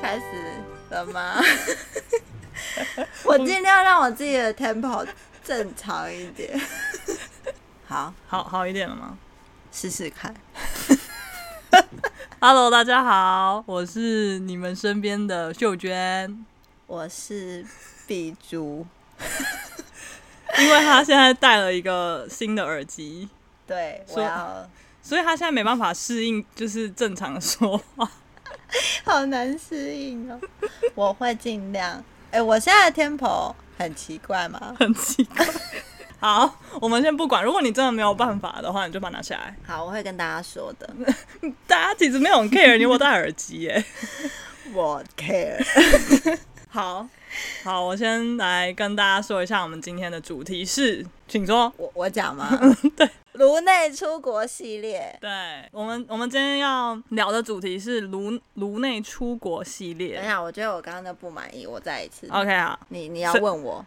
开始了吗？我尽量让我自己的 tempo 正常一点。好，好好一点了吗试试看。 ？Hello，大家好，我是你们身边的秀娟，我是碧珠，因为她现在戴了一个新的耳机，对，我说要所以她现在没办法适应，就是正常说话。好难适应哦。我会尽量。哎、我现在的 tempo 很奇怪吗？很奇怪。好，我们先不管。如果你真的没有办法的话，你就把它拿下来。好，我会跟大家说的。大家其实没有很 care 你有没有戴耳机耶。我 care。好，好，我先来跟大家说一下，我们今天的主题是，请说。 我我讲吗？对，颅内出国系列，对我们，我们今天要聊的主题是颅颅内出国系等一列。下，我觉得我刚刚的不满意，我再一次。 OK 啊，你你要是问我，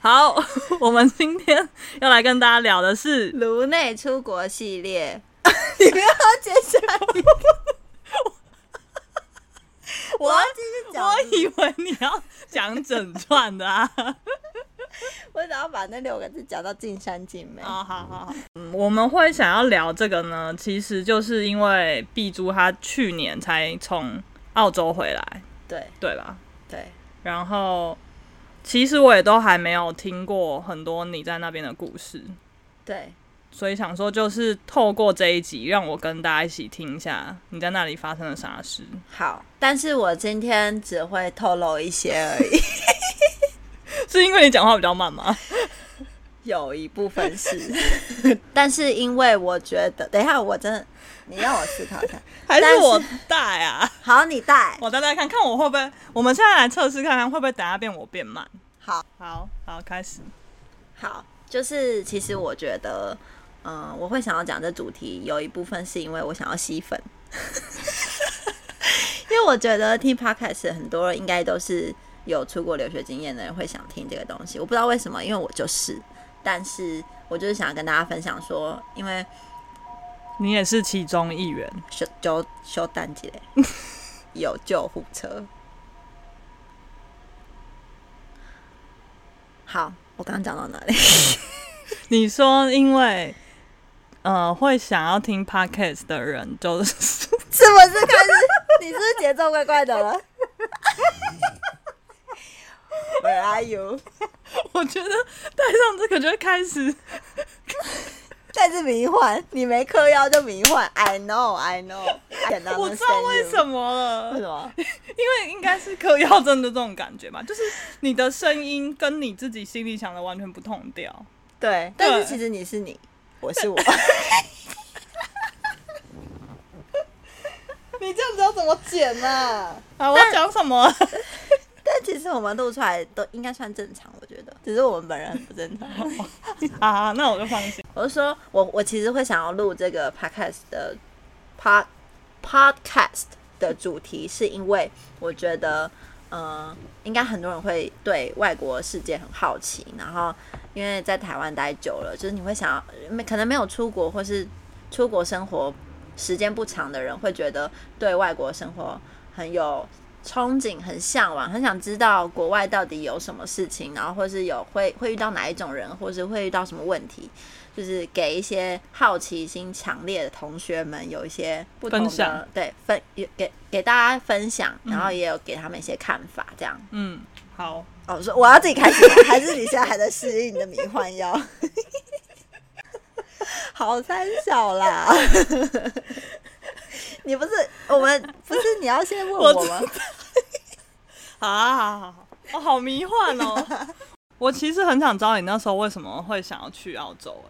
好，我们今天要来跟大家聊的是，颅内出国系列， 你不要接下去。我要继续讲，我以为你要讲整串的啊。我想要把那六个字讲到尽善尽美。 哦，好好好，嗯，我们会想要聊这个呢，其实就是因为碧珠她去年才从澳洲回来，对对吧？对，然后其实我也都还没有听过很多你在那边的故事，对，所以想说就是透过这一集，让我跟大家一起听一下你在那里发生了啥事。好。但是我今天只会透露一些而 已，是因为你讲话比较慢吗？有一部分是。但是因为我觉得，等一下我真的，你让我思考一下。 还但是是 我带啊？好，你带。我带带看看我会不会？我们现在来测试看看会不会等下变我变慢。好，好好开始。好，就是其实我觉得，嗯、我会想要讲这主题，有一部分是因为我想要吸粉， 因为我觉得听 podcast 很多人应该都是有出国留学经验的人会想听这个东西，我不知道为什么，因为我就是，但是我就是想跟大家分享说，因为你也是其中一员。修修修蛋姐 有救护车。好，我刚刚讲到哪里？你说，因为呃，会想要听 podcast 的人，就是 是不是 开始？你是不是节奏怪怪的了 ？Where are you？我觉得戴上这个就会开始。再次迷幻，你没嗑药就迷幻。I know, I know. I can 我知道 understand 为 you 什么了，为什么？因为应该是嗑药症的这种感觉吧，就是你的声音跟你自己心里想的完全不同调。对，但是其实你是你，我是我。你这样 子要怎么剪呢、啊，我要讲什么？但其实我们录出来都应该算正常，我觉得，只是我们本人很不正常。啊，那我就放心。我是说我我其实会想要录这个 podcast 的 pod podcast 的主题，是因为我觉得，呃，应该很多人会对外国世界很好奇，然后因为在台湾待久了，就是你会想要，没可能没有出国或是出国生活时间不长的人，会觉得对外国生活很有。憧憬很向往，很想知道国外到底有什么事情，然后或是有会会遇到哪一种人，或是会遇到什么问题，就是给一些好奇心强烈的同学们有一些不同分享的对分也给给大家分享，然后也有给他们一些看法，这样。嗯，好，哦，我说我要自己开始吗，还是你现在还在适应你的迷幻药？ 好三小啦， 你不是我们不是你要先问我我吗？好啊，好啊好啊好啊，我、好迷幻哦。我其实很想知道你那时候为什么会想要去澳洲、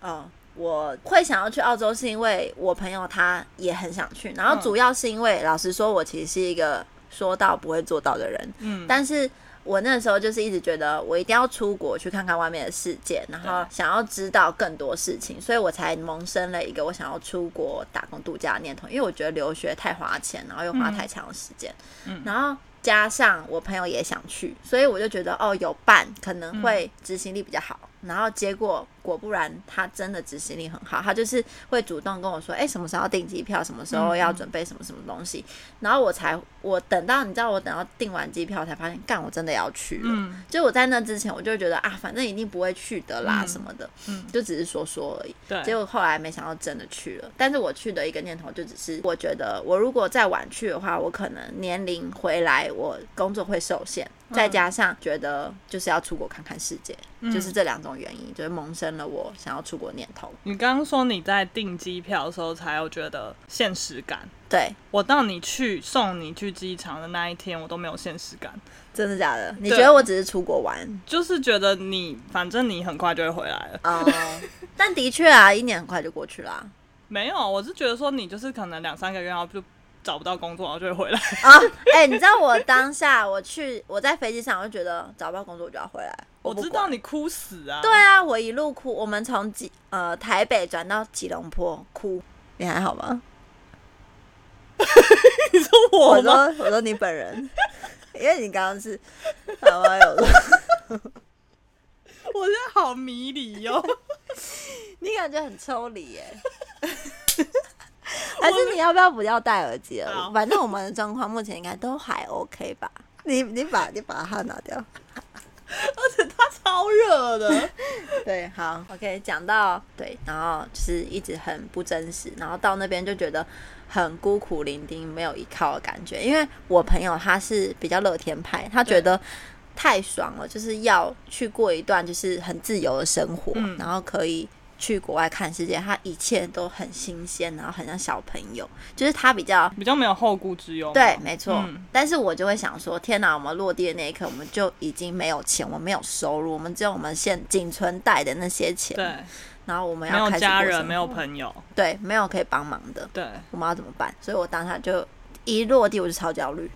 欸，哦，我会想要去澳洲，是因为我朋友他也很想去，然后嗯主要是因为、老实说，我其实是一个说到不会做到的人，嗯，但是我那时候就是一直觉得我一定要出国去看看外面的世界，然后想要知道更多事情，所以我才萌生了一个我想要出国打工度假的念头，因为我觉得留学太花钱，然后又花太长的时间，嗯然后。加上我朋友也想去，所以我就觉得哦，有伴可能会执行力比较好。然后结果果不然他真的执行力很好，他就是会主动跟我说，哎、什么时候要订机票，什么时候要准备什么什么东西，嗯然后我才我等到你知道我等到订完机票才发现，干我真的要去了。嗯就我在那之前，我就觉得啊，反正一定不会去的啦，嗯什么的，嗯就只是说说而已。对，结果后来没想到真的去了，但是我去的一个念头就只是，我觉得我如果再晚去的话，我可能年龄回来，我工作会受限，嗯再加上觉得就是要出国看看世界，就是这两种原因，就是萌生了我想要出国念头。你刚刚说你在订机票的时候才有觉得现实感，对，我到你去送你去机场的那一天，我都没有现实感，真的假的？你对觉得我只是出国玩？ 就是觉得你反正你很快就会回来了。哦、但的确啊，一年很快就过去了啊。没有，我是觉得说你就是可能两三个月然后就找不到工作，然后就会回来。啊，哎、你知道我当下我去我在飞机上，我就觉得找不到工作我就要回来。我不知管道你哭死啊！对啊，我一路哭。我们从吉呃台北转到吉隆坡哭，你还好吗？你说我我吗？说我说你本 人，因为你刚刚是台湾有说，我现在好迷离哦。 你感觉很抽离 耶。还是你要不要不要戴耳机了好？反正我们的状况目前应该都还 OK 吧。你你把你把它拿掉。它超热的， 对，好，OK，讲到对，然后就是一直很不真实，然后到那边就觉得很孤苦伶仃，没有依靠的感觉。因为我朋友他是比较乐天派，他觉得太爽了，就是要去过一段就是很自由的生活，嗯然后可以。去国外看世界，他一切都很新鲜，然后很像小朋友，就是他比较比较没有后顾之忧。对，，没错。嗯但是我就会想说，天哪！我们落地的那一刻，我们就已经没有钱，我们没有收入，我们只有我们现仅存贷的那些钱。对，然后我们没要有开始过家生人，活没有朋友，对，没有可以帮忙的，对，我们要怎么办？所以我当下就一落地我就超焦虑，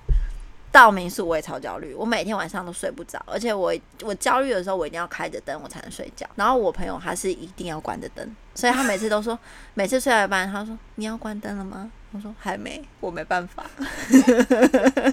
到民宿我也超焦虑，我每天晚上都睡不着，而且我我焦虑的时候我一定要开着灯我才能睡觉。然后我朋友他是一定要关着灯，所以他每次都说， 每次睡到一半他说你要关灯了吗？我说还没，我没办 法。就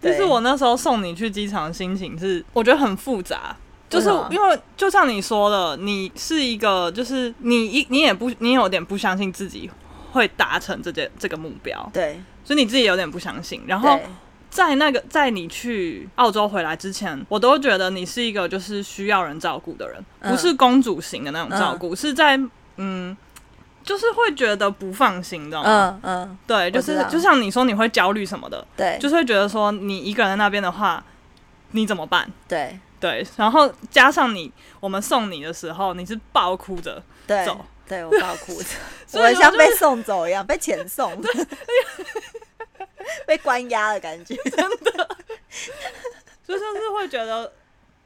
对是我那时候送你去机场的心情是，我觉得很复杂。就是为什么因为就像你说的，你是一个，就是你一你也不你有点不相信自己会达成这件这个目标，对，所以你自己有点不相信。然后对，在那个在你去澳洲回来之前，我都觉得你是一个就是需要人照顾的人，嗯不是公主型的那种照顾，是在嗯，就是会觉得不放心，你知道吗？嗯嗯，对，就我知是道就像你说你会焦虑什么的，对，就是会觉得说你一个人在那边的话，你怎么办？对对，然后加上你我们送你的时候，你是爆哭着，对走对，我爆 哭着，所以我我像就被送走一样，被遣送， 被关押的感觉。所以就是会觉得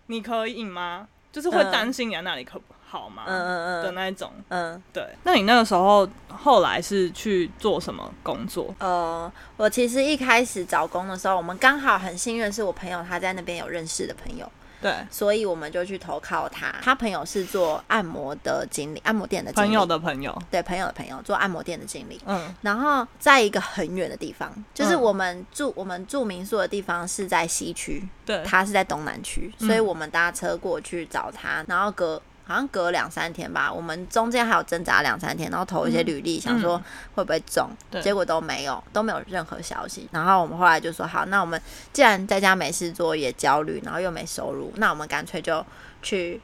你可以吗？就是会嗯担心你在那里可好吗？嗯的嗯嗯那一种。嗯，对，那你那个时候后来是去做什么工作？呃，我其实一开始找工的时候，我们刚好很幸运，是我朋友他在那边有认识的朋友，对，所以我们就去投靠他。他朋友是做按摩的经理，按摩店的经理朋友的朋友，对朋友的朋友做按摩店的经理。嗯然后在一个很远的地方，就是嗯我们住、我们住民宿的地方是在西区，对，他是在东南区，嗯所以我们搭车过去找他，然后隔好像隔两三天吧，我们中间还有挣扎两三天，然后投一些履历，想说会不会中，嗯对结果都没有，都没有任何消息。然后我们后来就说，好，那我们既然在家没事做，也焦虑，然后又没收入，那我们干脆就去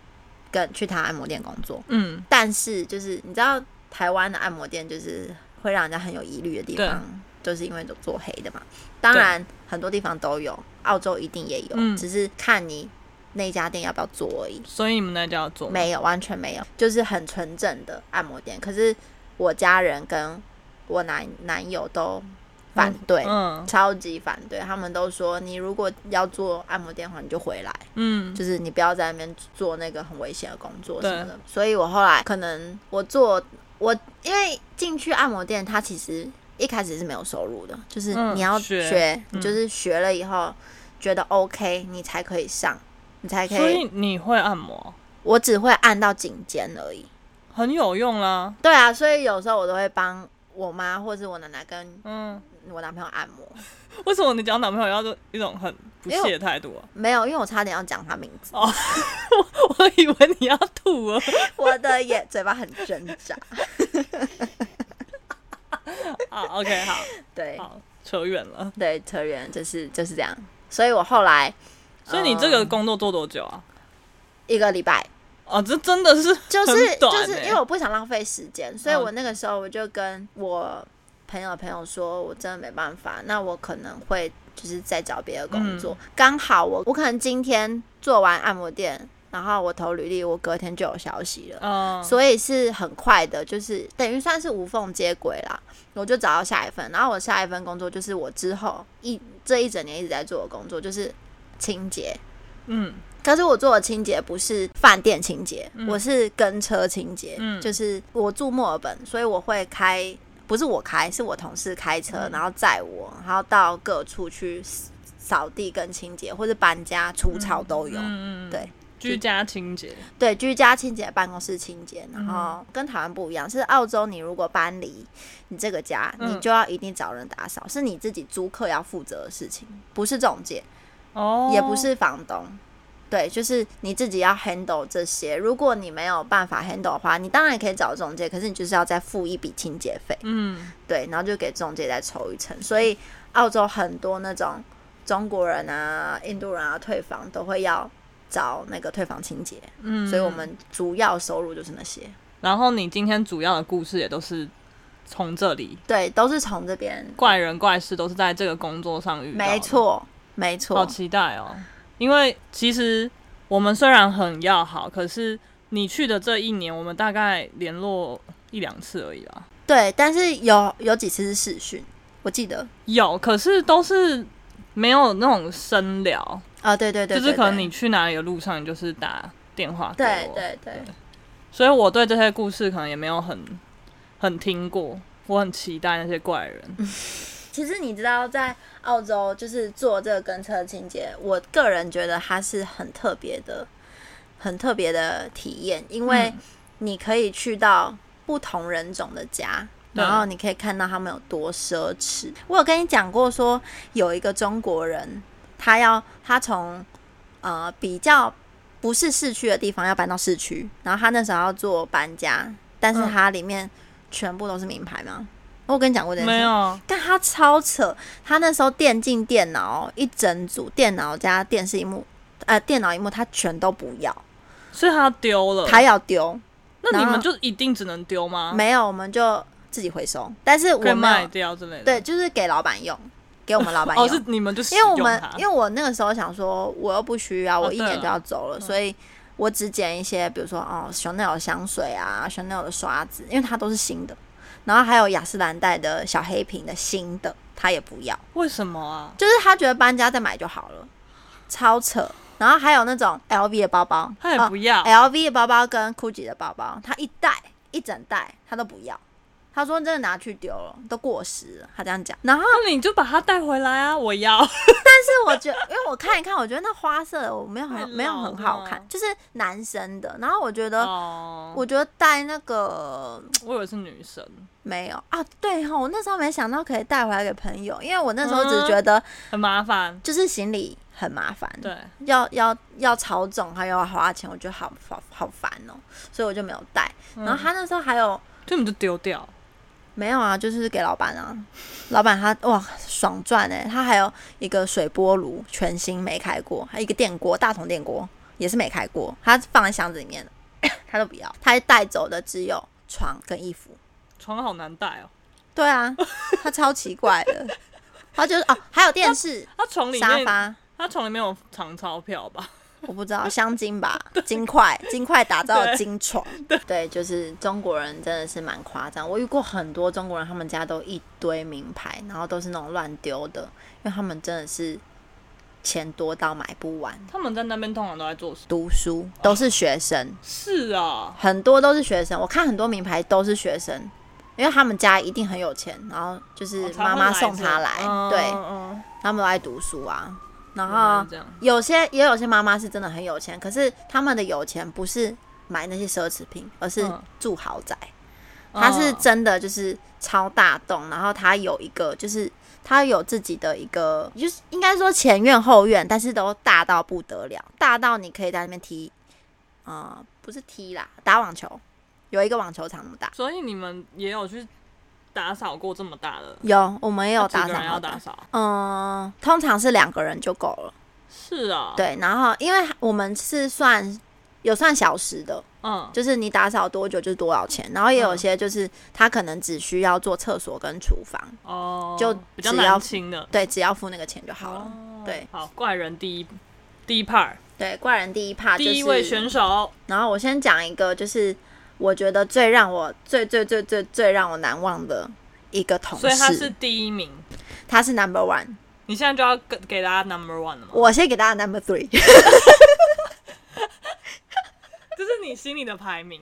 跟去他按摩店工作。嗯，但是就是你知道台湾的按摩店就是会让人家很有疑虑的地方，就是因为都做黑的嘛。当然很多地方都有，澳洲一定也有，嗯只是看你那家店要不要做而已。所以你们那叫做吗没有，完全没有，就是很纯正的按摩店。可是我家人跟我男男友都反对。嗯超级反对，他们都说你如果要做按摩店的话，你就回来。嗯，就是你不要在那边做那个很危险的工作什么对的。所以我后来可能我做我因为进去按摩店，它其实一开始是没有收入的，就是嗯你要学学，嗯就是学了以后觉得 OK，你才可以上，你才可所以。以你会按摩，我只会按到颈肩而已。很有用啦。对啊，所以有时候我都会帮我妈或是我奶奶跟嗯，我男朋友按摩。为什么你交男朋友要做一种很不屑的态度啊？ 没有，因为我差点要讲他名字。哦， 我以为你要吐了。我的眼嘴巴很挣扎。好，OK，好，啊对好，扯远了。对，扯远就是就是这样。所以我后来所以你这个工作做多久啊？一个礼拜哦，这真的是就是很短欸就是因为我不想浪费时间，所以嗯我那个时候我就跟我朋友的朋友说，我真的没办法，那我可能会就是再找别的工作。嗯刚、好我我可能今天做完按摩店，然后我投履历，我隔天就有消息了。嗯，所以是很快的，就是等于算是无缝接轨啦。我就找到下一份，然后我下一份工作就是我之后一这一整年一直在做的工作，就是清洁。嗯可是我做的清洁不是饭店清洁，嗯我是跟车清洁，嗯就是我住墨尔本，所以我会开，不是我开，是我同事开车，嗯然后载我，然后到各处去扫地跟清洁，或是搬家、除草都有。嗯嗯，对，居家清洁，对，居家清洁、办公室清洁，然后跟台湾不一样，是澳洲你如果搬离你这个家，嗯你就要一定找人打扫，是你自己租客要负责的事情，不是中介。哦，也不是房东。对，就是你自己要 handle 这些。如果你没有办法 handle 的话，你当然也可以找中介，可是你就是要再付一笔清洁费，嗯，对，然后就给中介再抽一成。所以澳洲很多那种中国人啊、印度人啊退房都会要找那个退房清洁，嗯所以我们主要收入就是那些，然后你今天主要的故事也都是从这里，对，都是从这边。怪人怪事都是在这个工作上遇到。没，错，没错，好期待哦！因为其实我们虽然很要好，可是你去的这一年，我们大概联络一两次而已啦。对。但是有有几次是试训，我记得有，可是都是没有那种深聊，啊、对对对就是对可能对你去哪里的路上，你就是打电话给对我。对对。所以我对这些故事可能也没有很很听过，我很期待那些怪人。其实你知道，在澳洲就是做这个跟车清洁，我个人觉得它是很特别的、很特别的体验，因嗯为你可以去到不同人种的家。对然后你可以看到他们有多奢侈。我有跟你讲过说有一个中国人，他要他从呃比较不是市区的地方要搬到市区，然后他那时候要做搬家，但是嗯他里面全部都是名牌吗？我有跟你讲过这件事吗没有，啊但他超扯，他那时候电竞电脑一整组，电脑加电视荧幕，呃，电脑荧幕他全都不要，所以他丢了。他要丢，那你然们后就一定只能丢吗？没有我们就自己回收，但是啊可以我卖们掉之类的。哦对，，就是给老板用，给我们老板用， 哦，是你们就使因为我用们它因为我那个时候想说，我又不需要，我一对年啊就要走了，所以我只捡一些，比如说哦，Chanel 的香水啊，Chanel 的刷子，因为它都是新的，然后还有雅诗兰黛的小黑瓶的新的，他也不要。为什么啊？就是他觉得搬家再买就好了，超扯。然后还有那种 LV 的包包，他也呃不要。 LV 的包包跟 GUCCI 的包包，他一袋一整袋他都不要。他说真的拿去丢了，都过时了。他这样讲，然后那你就把它带回来啊！我要。但是我觉得，因为我看一看，我觉得那花色的我没有太老很没有很好了看，就是男生的。然后我觉得，哦，我觉得戴那个我以为是女生。没有啊，对哈、我那时候没想到可以带回来给朋友，因为我那时候嗯只觉得很麻烦。就是行李很麻烦，对，要要要超重，还要花钱，我觉得好好好烦哦、所以我就没有带。然嗯后他那时候还有就你们就丢掉。没有啊？就是给老板啊，老板他哇爽赚哎、他还有一个水波炉，全新没开过，还有一个电锅，大桶电锅也是没开过，他放在箱子里面的，他都不要，他带走的只有床跟衣服。床好难带哦，对啊，他超奇怪的，他就是哦，还有电视、他 床里沙面，发，他床里面有藏钞票吧？ 我不知道香精吧，金块，金块打造的金床，对，就是中国人真的是蛮夸张。我遇过很多中国人，他们家都一堆名牌，然后都是那种乱丢的，因为他们真的是钱多到买不完。他们在那边通常都在做什么？读书都是学生，是啊，很多都是学生。我看很多名牌都是学生，因为他们家一定很有钱，然后哦就是妈妈送他来，嗯对，嗯他们都爱读书啊。然嗯，后原来是这样，有些也有些妈妈是真的很有钱，可是他们的有钱不是买那些奢侈品，而是嗯住豪宅。他是嗯真的就是超大栋，然后他有一个就是他有自己的一个，就是应该说前院后院，但是都大到不得了，大到你可以在那边踢呃，不是踢啦，打网球，有一个网球场那么大。所以你们也有去打扫过这么大的？有，我们也有哦那几个打扫人要好打的。扫？嗯，通常是两个人就够了。是啊，，对，然后因为我们是算有算小时的，嗯，就是你打扫多久就是多少钱。然后也有嗯些就是他可能只需要做厕所跟厨房，哦，就比较只要难清的。对，只要付那个钱就好了。哦对好，怪人第一第一 part，对，怪人第一怕就是第一位选手，然后我先讲一个，就是我觉得最让我最最最最最让我难忘的一个同事，所以他是第一名。他是 number one，你现在就要给给大家 number one 了吗？我先给大家 number three， 这是你心里的排名。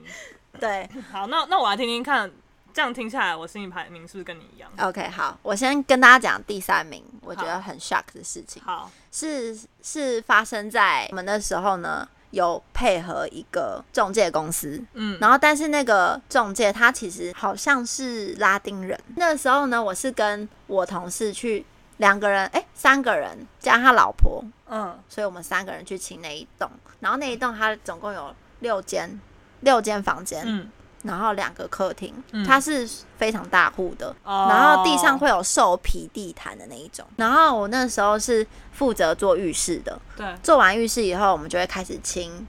对好，那那我来听听看，这样听下来，我心里排名是不是跟你一样？ ，OK，好，我先跟大家讲第三名，我觉得好很 shock 的事情好，是是发生在我们那时候呢，有配合一个中介公司，嗯，然后，但是那个中介他其实好像是拉丁人。那时候呢，我是跟我同事去两个人，哎，三个人加他老婆，嗯，所以我们三个人去清那一栋。然后那一栋它总共有六间，六间房间，嗯，然后两个客厅，嗯它是非常大户的。哦然后地上会有兽皮地毯的那一种。然后我那时候是负责做浴室的，对，做完浴室以后，我们就会开始清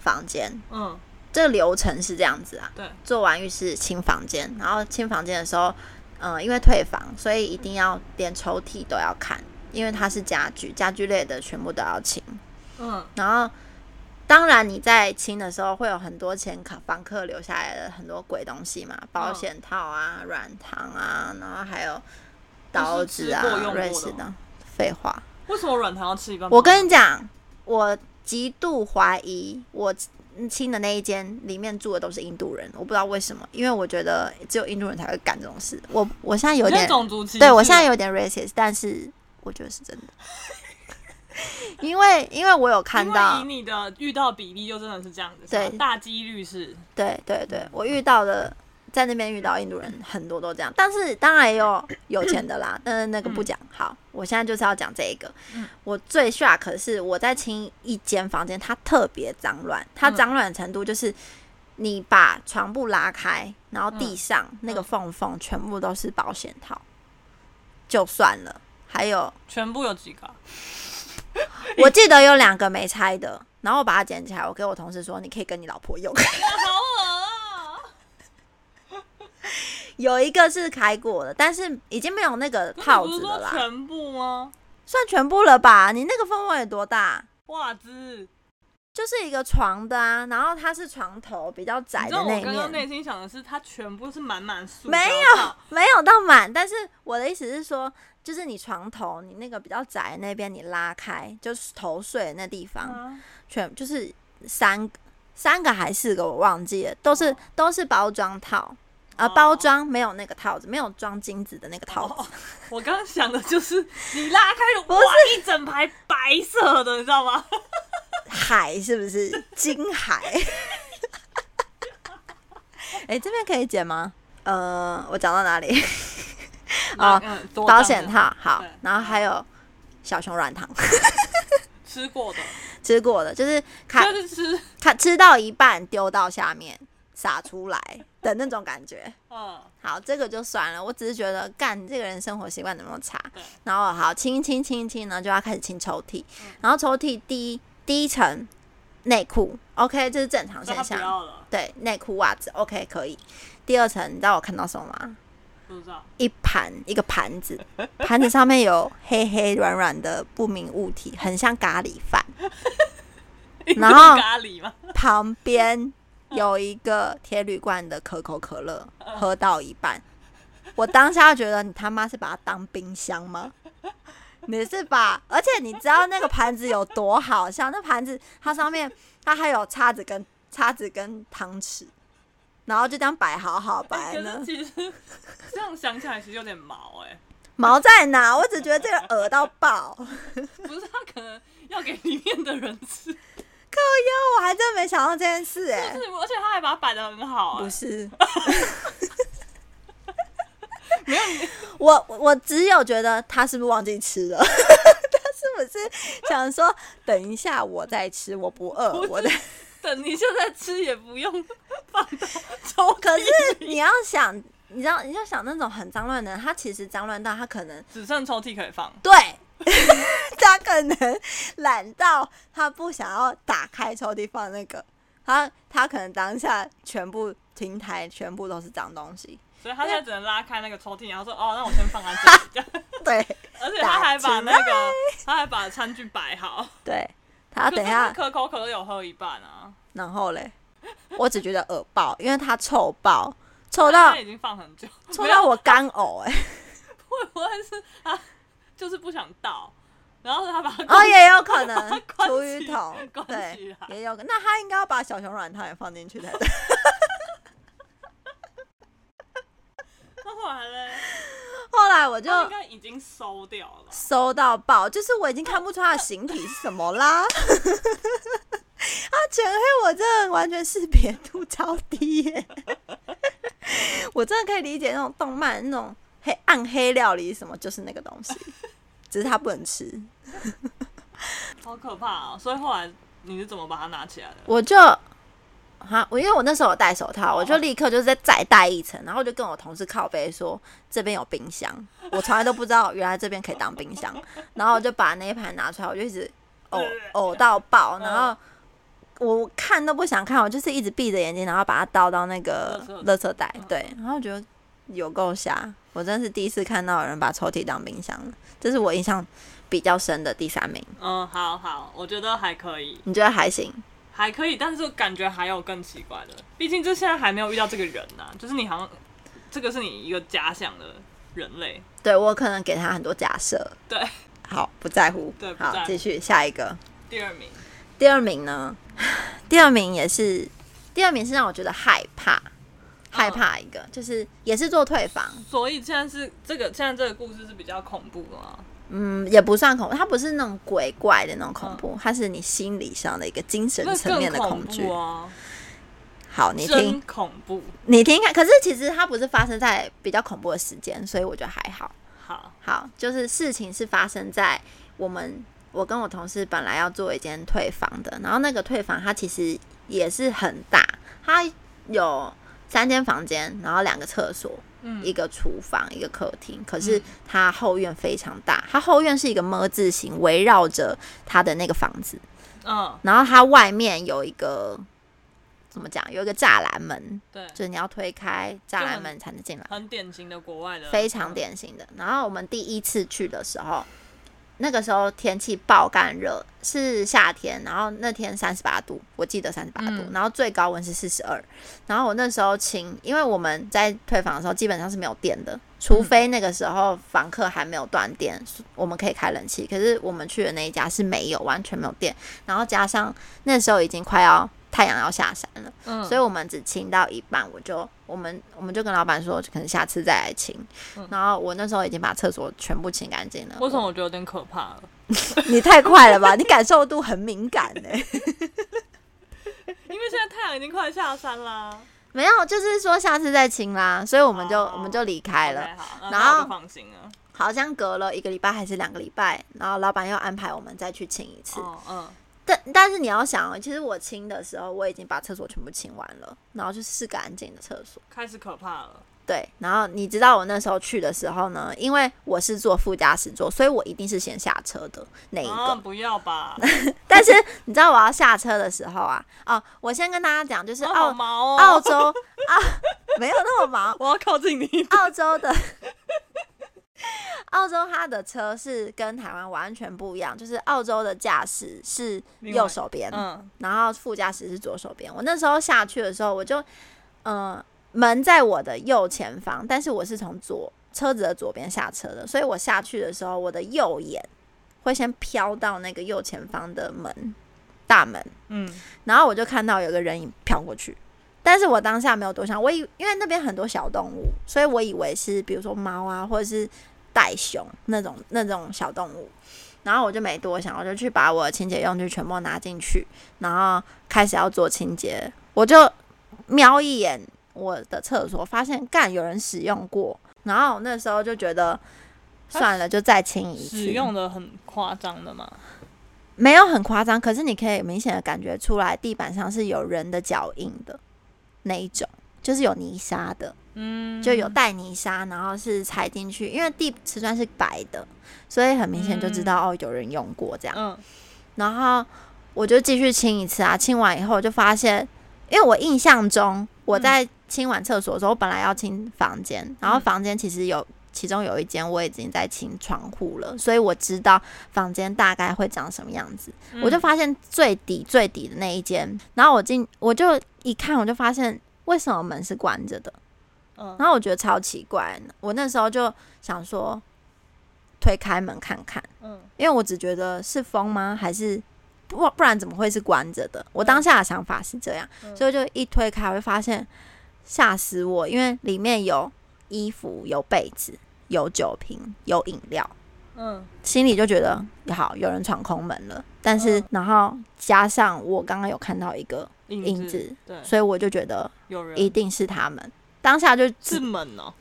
房间。嗯，这个流程是这样子啊，对，做完浴室清房间，然后清房间的时候，嗯、因为退房，所以一定要连抽屉都要看，因为它是家具，家具类的全部都要清。嗯，然后，当然你在清的时候会有很多前客房客留下来的很多鬼东西嘛，保险套啊、软糖啊，然后还有刀子啊都是吃过用、过的瑞士的。废话，为什么软糖要吃一半？我跟你讲，我极度怀疑我亲的那一间里面住的都是印度人，我不知道为什么，因为我觉得只有印度人才会干这种事。我我现在有你现在点种族歧视，对我现在有点 racist，但是我觉得是真的， 因为因为我有看到因为以你的遇到比例就真的是这样子，对是吧大几率是，对对嗯对，我遇到的在那边遇到印度人很多都这样，但是当然也 有有钱的啦，但是那个不讲。好，我现在就是要讲这一个嗯。我最 shock 的是我在清一间房间，它特别脏乱，它嗯脏乱的程度就是你把床布拉开，然后地嗯上那个缝缝全部都是保险套，就算了，还有 全部有几个啊？我记得有两个没拆的，然后我把它捡起来，我给我同事说，你可以跟你老婆用。好恶啊！有一个是开过的，但是已经没有那个泡啊不是子 说的啦，全部吗？算全部了吧？你那个蜂窝有多大？袜子，就是一个床的啊，然后它是床头比较窄你知的道那我一刚刚面，内心想的是，它全部是满满塑胶没套有没有到满，但是我的意思是说，就是你床头你那个比较窄的那边你拉开，就是头睡的那地方，啊全就是三三个还是四个我忘记了，都是都是包装套。啊，哦包装没有那个套子，没有装金子的那个套子，哦我刚刚想的就是你拉开了，不哇是，一整排白色的，你知道吗？海是不 是金海？哎、这边可以剪吗？呃，我讲到哪里？ 哦嗯，多保脏的险套好对，然后还有小熊软糖， 吃过的，吃过的，就是看就是吃，看吃到一半丢到下面洒出来的那种感觉。嗯，好，这个就算了，我只是觉得干你这个人生活习惯怎么那么差对。然后好清一清清一清呢，就要开始清抽屉嗯，然后抽�屉第一第一层内裤，OK，这是正常那现他不象。要了，对，内裤、袜子，OK，可以。第二层，你知道我看到什么吗？不知道，一盘一个盘子， 盘子上面有黑黑软软的不明物体，很像咖喱饭。然 后印度咖喱嘛，旁边有一个铁铝罐的可口可乐，喝到一半，我当下觉得你他妈是把它当冰箱吗？你是把，而且你知道那个盘子有多好笑？那盘子它上面它还有叉子跟叉子跟汤匙，然后就这样摆好好摆哎 可呢是。其实这样想起来其实有点毛哎，毛在哪？我只觉得这个恶到爆，可不是他可能要给里面的人吃， 就哟，我还真没想到这件事哎、是而且他还把它摆的很好不 哎，是，我我我只有觉得他是不是忘记吃了， 他是不是想说等一下我再吃，我不饿，我的等你现在吃也不用放到抽可屉，是你要想，你知道，你要想那种很脏乱的人，他其实脏乱到他可能只剩抽屉可以放。对， 他可能懒到他不想要打开抽屉放那个，他他可能当下全部平台全部都是脏东西，所以他现在只能拉开那个抽屉，然后说：“哦，那我先放在这里。” 这样，对而且他还把那个，他还把餐具摆好。对，他可啊是等一他下，可口可乐有喝一半啊，然后嘞，我只觉得恶爆，因为他臭爆，臭他到现在已经放很久，臭哦到我干呕哎、会不会是他就是不想倒，然后他把 它哦，也有可把它能 关厨起余桶来，关起对来，也有可。那他应该要把小熊软糖也放进去才对。那后来嘞，后来我就他应该已经收掉了吧。收到爆，就是我已经看不出他的形体是什么啦。 他全黑，我真的完全识别度超低耶、 我真的可以理解那种动漫那种黑暗黑料理什么，就是那个东西，只是他不能吃。好可怕哦！所以后来你是怎么把它拿起来的？我就哈，我因为我那时候有戴手套，哦我就立刻就是再再戴一层，然后我就跟我同事靠背说这边有冰箱，我从来都不知道原来这边可以当冰箱，然后我就把那一盘拿出来，我就一直呕呃呕到爆，然嗯后我看都不想看，我就是一直闭着眼睛，然后把它倒到那个垃圾嗯垃圾袋，对，然后我觉得有够瞎，我真是第一次看到有人把抽屉当冰箱，这是我印象比较深的第三名，嗯，好好，我觉得还可以，你觉得还行？还可以，但是感觉还有更奇怪的，毕竟就现在还没有遇到这个人呐、就是你好像这个是你一个假想的人类，对我可能给他很多假设。对，好，不在乎。对不好在乎，继续下一个。第二名，第二名呢？ 第二名也是，第二名是让我觉得害怕，嗯害怕一个，就是也是做退房，所以现在是这个现在这个故事是比较恐怖的吗？嗯，也不算恐怖，它不是那种鬼怪的那种恐怖，它是你心理上的一个精神嗯那层更面的恐恐惧。怖啊，好，你听真，恐怖。你听看。可是其实它不是发生在比较恐怖的时间，所以我觉得还好。好，好，就是事情是发生在我们，我跟我同事本来要做一间退房的，然后那个退房它其实也是很大，它有三间房间，然后两个厕所，嗯一个厨房，一个客厅。可是嗯它后院非常大，它后院是一个么字形，围绕着它的那个房子，嗯，然后它外面有一个怎么讲，有一个栅栏门，对，就是你要推开栅就栏很门才能进来。很典型的国外的，非常典型的。然后我们第一次去的时候，那个时候天气爆干热，是夏天，然后那天三十八度，我记得三十八度，嗯然后最高温是四十二。然后我那时候请，因为我们在退房的时候基本上是没有电的，嗯除非那个时候房客还没有断电，我们可以开冷气。可是我们去的那一家是没有，完全没有电，然后加上那时候已经快要太阳要下山了。嗯，所以我们只清到一半，我就我们我们就跟老板说，可能下次再来清。嗯然后我那时候已经把厕所全部清干净了。为什么我觉得有点可怕了？我？你太快了吧？你 感受度很敏感欸呢、因为现在太阳已经快下山啦。没有，就是说下次再清啦，所以我们就、哦我们就离开了。 OK，好，那然那我后就放心了。好像隔了一个礼拜还是两个礼拜，然后老板又安排我们再去清一次。哦，嗯，但但是你要想哦，其实我清的时候我已经把厕所全部清完了，然后就是是干净的厕所。开始可怕了。对，然后你知道我那时候去的时候呢，因为我是坐副驾驶座，所以我一定是先下车的那一个。啊，不要吧，但是你知道我要下车的时候啊，哦，我先跟大家讲，就是我澳、好毛澳哦，洲啊，没有那么忙，我要靠 近你。澳洲的澳洲它的车是跟台湾完全不一样，就是澳洲的驾驶是另外右手边，嗯，然后副驾驶是左手边。我那时候下去的时候，我就嗯、呃门在我的右前方，但是我是从左车子的左边下车的，所以我下去的时候，我的右眼会先飘到那个右前方的门大门，嗯，然后我就看到有个人影飘过去。但是我当下没有多想，我以因为那边很多小动物，所以我以为是比如说猫啊，或者是袋熊那种那种小动物。然后我就没多想，我就去把我的清洁用具全部拿进去，然后开始要做清洁。我就瞄一眼我的厕所，发现干有人使用过，然后我那时候就觉得他算了，就再清一次。使用的很夸张的嘛。没有很夸张，可是你可以明显的感觉出来，地板上是有人的脚印的那一种，就是有泥沙的，嗯，就有带泥沙，然后是踩进去，因为地瓷砖是白的，所以很明显就知道、哦有人用过这样。嗯然后我就继续清一次啊，清完以后我就发现，因为我印象中我在清完厕所的时候，我本来要清房间，然后房间其实有其中有一间我已经在清窗户了，所以我知道房间大概会长什么样子。嗯我就发现最底最底的那一间，然后我进我就一看，我就发现为什么门是关着的，嗯然后我觉得超奇怪，我那时候就想说推开门看看。嗯因为我只觉得是风吗？还是不不然怎么会是关着的？我当下的想法是这样，嗯所以我就一推开，我就发现吓死我，因为里面有衣服、有被子、有酒瓶、有饮料，嗯心里就觉得好有人闯空门了。但是、嗯然后加上我刚刚有看到一个嗯，影子子，对，所以我就觉得有人一定是他们。当下就是是门哦，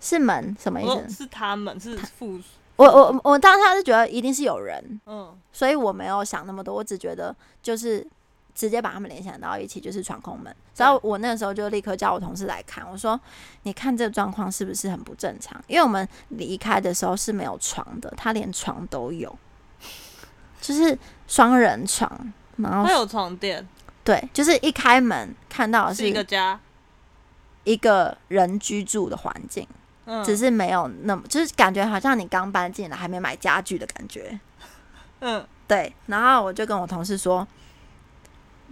是门什么意我说思？是他们是附属，我我我当下就觉得一定是有人，嗯所以我没有想那么多，我只觉得就是直接把他们联想到一起，就是闯空门。然后我那时候就立刻叫我同事来看，我说：“你看这状况是不是很不正常？因为我们离开的时候是没有床的，他连床都有， 就是双人床。然他后有床垫，对，就是一开门看到的是是一个家，一个人居住的环境，嗯，只是没有那么，就是感觉好像你刚搬进来还没买家具的感觉。”嗯对，然后我就跟我同事说，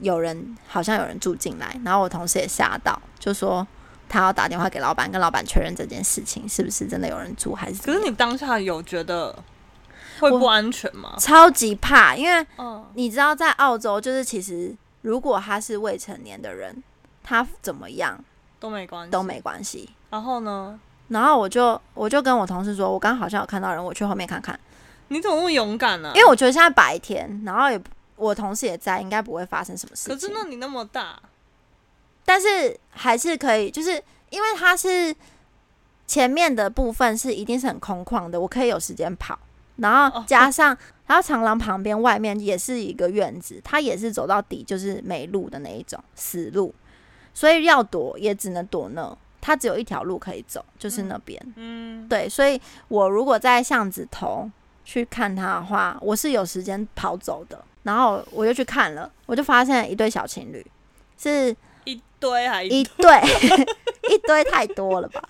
有人好像有人住进来，然后我同事也吓到，就说他要打电话给老板，跟老板确认这件事情是不是真的有人住，还是怎可么是样你当下有觉得会不我安全吗？超级怕，因为嗯你知道在澳洲，就是其实如果他是未成年的人，他怎么样都没关系，都。没关系。然后呢？然后我就我就跟我同事说，我刚好像有看到人，我去后面看看，你怎么那么勇敢啊呢、因为我觉得现在白天，然后也我同事也在，应该不会发生什么事情。可是那你那么大，但是还是可以，就是因为它是前面的部分是一定是很空旷的，我可以有时间跑，然后哦加上然后长廊旁边外面也是一个院子，它也是走到底就是没路的那一种死路，所以要躲也只能躲那，它只有一条路可以走，就是那边。嗯，对，所以我如果在巷子头去看它的话，我是有时间跑走的。然后我就去看了，我就发现一对小情侣是一堆还一对 一堆太多了吧？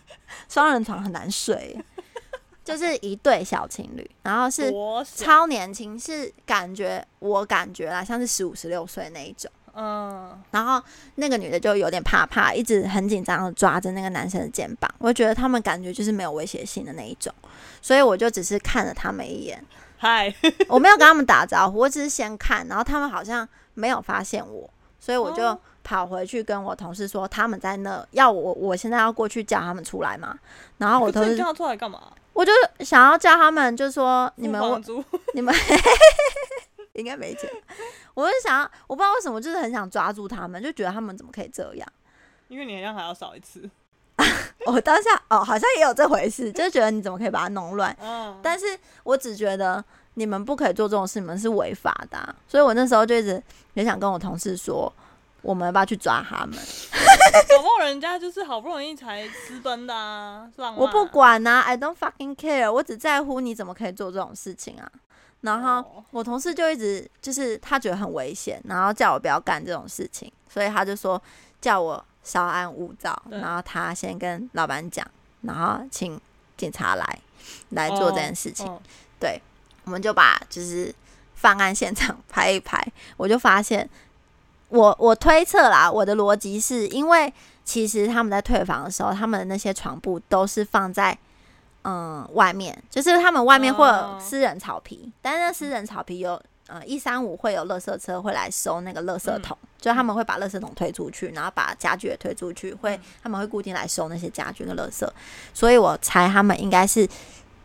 双人床很难睡耶，就是一对小情侣，然后是多小，超年轻，是感觉我感觉啦，像是十五十六岁那一种。嗯然后那个女的就有点怕怕，一直很紧张的抓着那个男生的肩膀。我觉得他们感觉就是没有威胁性的那一种，所以我就只是看了他们一眼，嗨，我没有跟他们打招呼，我只是先看，然后他们好像没有发现我，所以我就哦跑回去跟我同事说他们在那，要我我现在要过去叫他们出来嘛。然后我可同是你事叫他出来干嘛？我就想要叫他们，就说你们付我房租 你们应该没钱，我就想要我不知道为什么，就是很想抓住他们，就觉得他们怎么可以这样。因为你好像还要少 一次，我当下哦，好像也有这回事，就觉得你怎么可以把它弄乱。嗯，但是我只觉得你们不可以做这种事，你们是违法的啊、所以我那时候就一直也想跟我同事说，我们要不要去抓他们？搞不好人家就是好不容易才私奔的啊，浪漫我不管呐、i don't fucking care，我只在乎你怎么可以做这种事情啊。然后哦我同事就一直就是他觉得很危险，然后叫我不要干这种事情，所以他就说叫我稍安勿躁，对然后他先跟老板讲，然后请警察来来做这件事情。哦我们就把就是犯案现场 拍一拍，我就发现，我我推测啦，我的逻辑是因为其实他们在退房的时候，他们的那些床铺都是放在嗯外面，就是他们外面会有哦嗯私人草皮，但是那私人草皮有呃一三五会有垃圾车会来收那个垃嗯圾桶，就他们会把垃圾桶推出去，然后把家具也推出去，会嗯他们会固定来收那些家具跟垃圾，所以我猜他们应该是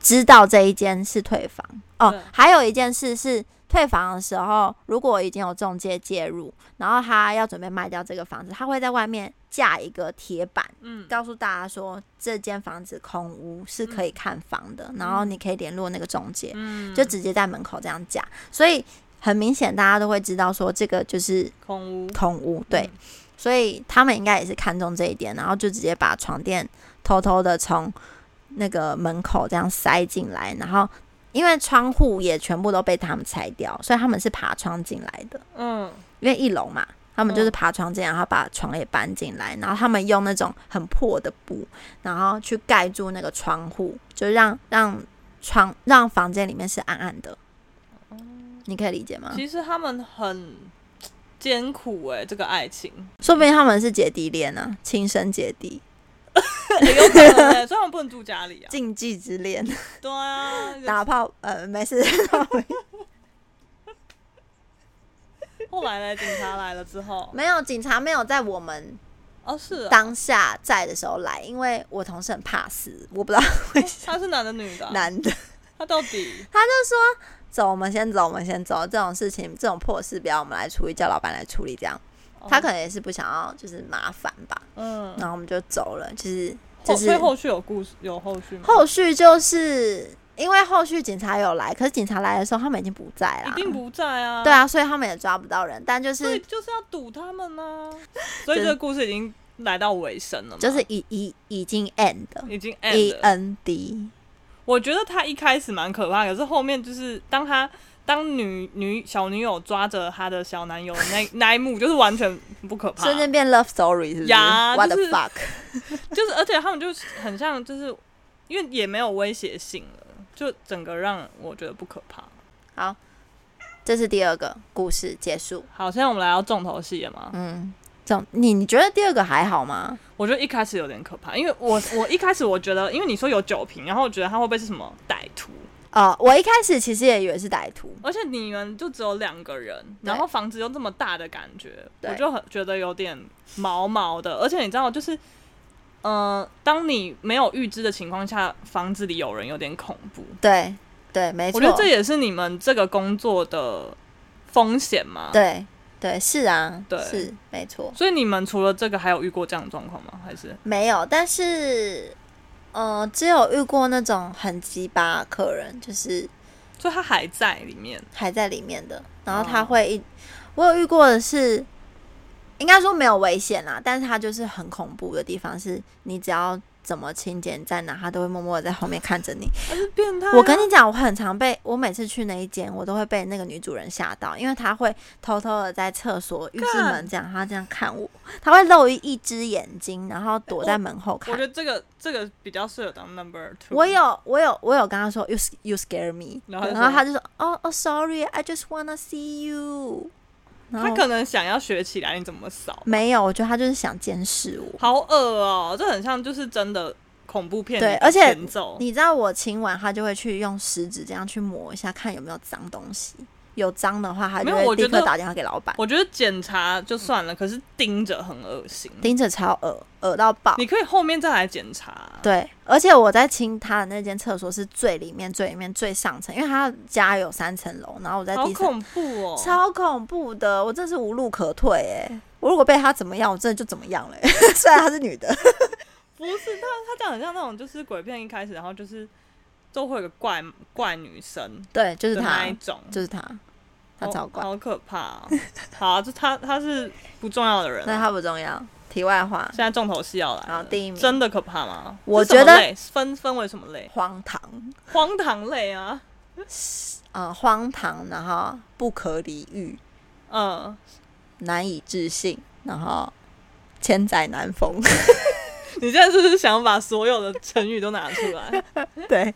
知道这一间是退房哦对。还有一件事是退房的时候，如果已经有中介介入，然后他要准备卖掉这个房子，他会在外面架一个铁板，嗯告诉大家说这间房子空屋是可以看房的，然后你可以联络那个中介。嗯，就直接在门口这样架，所以很明显大家都会知道说这个就是空屋，空屋，对，嗯所以他们应该也是看中这一点，然后就直接把床垫偷偷的从那个门口这样塞进来，然后因为窗户也全部都被他们拆掉，所以他们是爬窗进来的，嗯，因为一楼嘛。他们就是嗯爬窗进来，然后把床也搬进来，然后他们用那种很破的布，然后去盖住那个窗户，就让让窗让房间里面是暗暗的。哦你可以理解吗？其实他们很艰苦哎、这个 爱情说不定他们是姐弟恋呢、啊，亲生姐弟，也有可能、欸，虽然我们不能住家 里啊，禁忌之恋。 对啊，打炮，呃，没 事。后来呢，警察来了之后，没有警察没有在我们哦是啊，当下在的时候来，因为我同事很怕死，我不知道为什他是男的女的啊、么男的，他到底他就说 走，我们先走，我们先走，这种事情这种破事不要我们来处理，叫老板来处理这样。他可能也是不想要就是麻烦吧，哦嗯，然后我们就走了，就是后就是哦所以后续有故事有后续吗？后续就是因为后续警察有来，可是警察来的时候他们已经不在一啦，定不在啊，对，啊，所以他们也抓不到人，但就所以是就是要堵他们呢、所以就这个故事已经来到尾声了嘛，就是已已已经 end 了已经 e end 了。 n d。我觉得他一开始蛮可怕，可是后面就是当他当女女小女友抓着他的小男友的那那一幕，就是完全不可怕，瞬间变 love story 是不是呀？What the 就是 fuck？就是而且他们就是很像，就是因为也没有威胁性了，就整个让我觉得不可怕。好，这是第二个故事结束。好，现在我们来到重头戏了嘛？嗯，总你你觉得第二个还好吗？我觉得一开始有点可怕，因为我 我一开始我觉得，因为你说有酒瓶，然后我觉得他会不会是什么歹徒？呃，我一开始其实也以为是歹徒，而且你们就只有两个人，对然后房子又这么大的感觉，对我就很觉得有点毛毛的。而且你知道，就是，呃，当你没有预知的情况下，房子里有人有点恐怖。对对，没我错觉，得这也是你们这个工作的风险嘛。。对对是啊，对是没错，所以你们除了这个，还有遇过这样的状况吗？还是没有，但是呃，只有遇过那种很鸡巴的客人，就是所以他还在里面？还在里面的，然后哦他会一，我有遇过的是，应该说没有危险啦，但是他就是很恐怖的地方是，你只要怎么清洁你在哪，他都会默默的在后面看 着你。他是变态啊、我跟你讲，我很常被，我每次去那一间，我都会被那个女主人吓到，因为她会偷偷的在厕所浴室干门这样，她这样看我，她会露一只眼睛，然后躲在门后我看觉。得这个这个比较适合当 number two。我有，我有，我有跟他说，you sc- you scare me，然后她然后说他就说，哦哦，sorry，I just wanna see you。然他后嗯可能想要学起来，你怎么扫？没有，我觉得他就是想监视我。好恶哦、这很像就是真的恐怖片对的而且前奏你知道我亲完，他就会去用食指这样去抹一下，看有没有脏东西。有脏的话，他就没有会我立觉刻得打电话给老板。我觉得检查就算嗯了，可是盯着很恶心。盯着超恶，恶到爆。你可以后面再来检查。啊对，而且我在清他的那间厕所是最里面、最里面、最上层，因为他家有三层楼，然后我在好第三，恐怖哦、超恐怖的，我真是无路可退哎、我如果被他怎么样，我真的就怎么样了、欸。 虽然她是女的，不是他，他讲很像那种就是鬼片一开始，然后就是都会有个怪怪女生 对，就是的她那一，种，就是她，她好超怪。好可怕、哦。好，就他他是不重要的人 那啊、她不重要。题外话，现在重头戏要来好了，第一名真的可怕吗？我是什么觉得类分分为什么类？荒唐，荒唐类啊，嗯，荒唐，然后不可理喻，嗯，难以置信，然后千载难逢。 你现在是不是想把所有的成语都拿出 来对，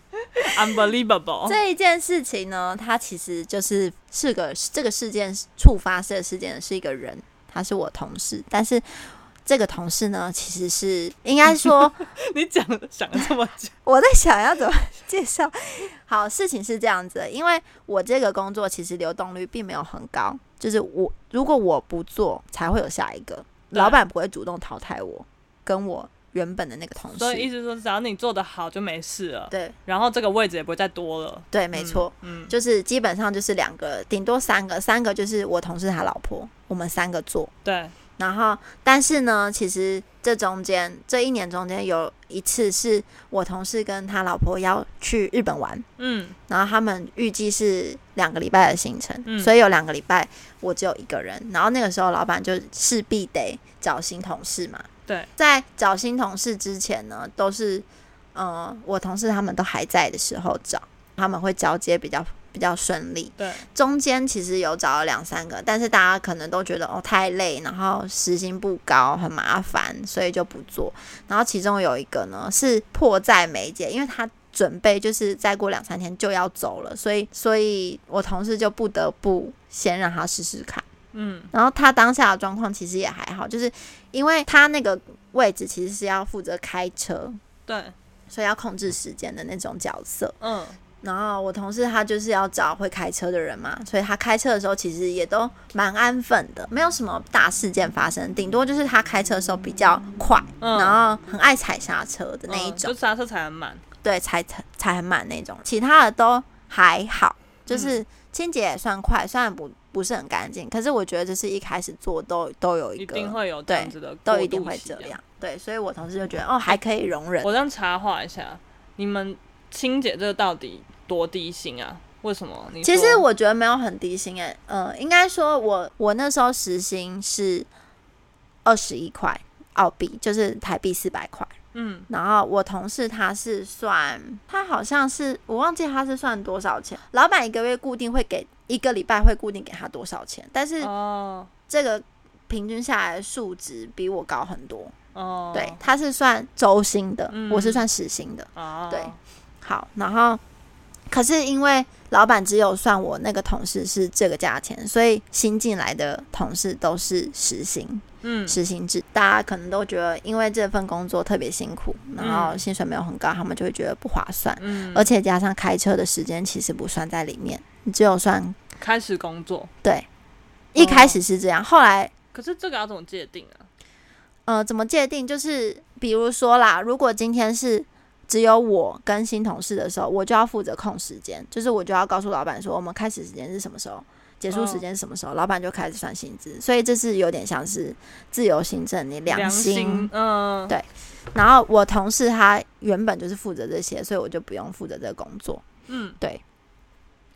？Unbelievable！这一件事情呢，它其实就是是个这个事件触发这个事件的是一个人，他是我同事，但是这个同事呢，其实是应该 说你讲了想了这么久，我在想要怎么介绍。好，事情是这样子的，因为我这个工作其实流动率并没有很高，就是我如果我不做，才会有下一个，对老板不会主动淘汰我，跟我原本的那个同所以意事。思说，只要你做得好就没事了，对然后这个位置也不会再多了。对，没错。嗯，就是基本上就是两个，顶多三个，三个就是我同事他老婆，我们三个做。对，然后，但是呢，其实这中间这一年中间有一次是我同事跟他老婆要去日本玩，嗯然后他们预计是两个礼拜的行程，嗯所以有两个礼拜我只有一个人。然后那个时候老板就势必得找新同事嘛。对，在找新同事之前呢，都是呃我同事他们都还在的时候找，他们会交接比较比较顺利。对，中间其实有找了两三个，但是大家可能都觉得哦太累，然后时薪不高，很麻烦，所以就不做。然后其中有一个呢是迫在眉睫，因为他准备就是再过两三天就要走了，所以所以我同事就不得不先让他试试看。嗯然后他当下的状况其实也还好，就是因为他那个位置其实是要负责开车，对，所以要控制时间的那种角色。嗯然后我同事他就是要找会开车的人嘛，所以他开车的时候其实也都蛮安分的，没有什么大事件发生，顶多就是他开车的时候比较快，嗯，然后很爱踩刹车的那一嗯种，就刹车踩很满，对，踩踩踩很满那种，其他的都还好，嗯就是清洁也算快，虽然不不是很干净，可是我觉得这是一开始做都都有一一个定会有这对样子的，都一定会这。样，对，所以我同事就觉得哦还可以容忍，啊我这样插话一下，你们清姐这个到底多低薪啊？为什么你其实说我觉得没有很低薪诶、呃，应该说我我那时候时薪是二十一块澳币，就是台币四百块。嗯然后我同事他是算，他好像是我忘记他是算多少钱，老板一个月固定会给一个礼拜会固定给他多少钱，但是哦这个平均下来的数值比我高很多。哦对，他是算周薪的，嗯我是算时薪的。哦对好，然后可是因为老板只有算我那个同事是这个价钱，所以新进来的同事都是实薪，嗯实薪制。大家可能都觉得，因为这份工作特别辛苦，然后嗯薪水没有很高，他们就会觉得不划算。嗯，而且加上开车的时间其实不算在里面，你只有算开始工作，对。一开始是这哦样，后来可是这个要怎么界定啊？呃，怎么界定？就是比如说啦，如果今天是只有我跟新同事的时候，我就要负责控时间，就是我就要告诉老板说，我们开始时间是什么时候，结束时哦间是什么时候，老板就开始算薪资。所以这是有点像是自由行政，你良心。心，嗯，对然后我同事他原本就是负责这些，所以我就不用负责这个工作。嗯，对。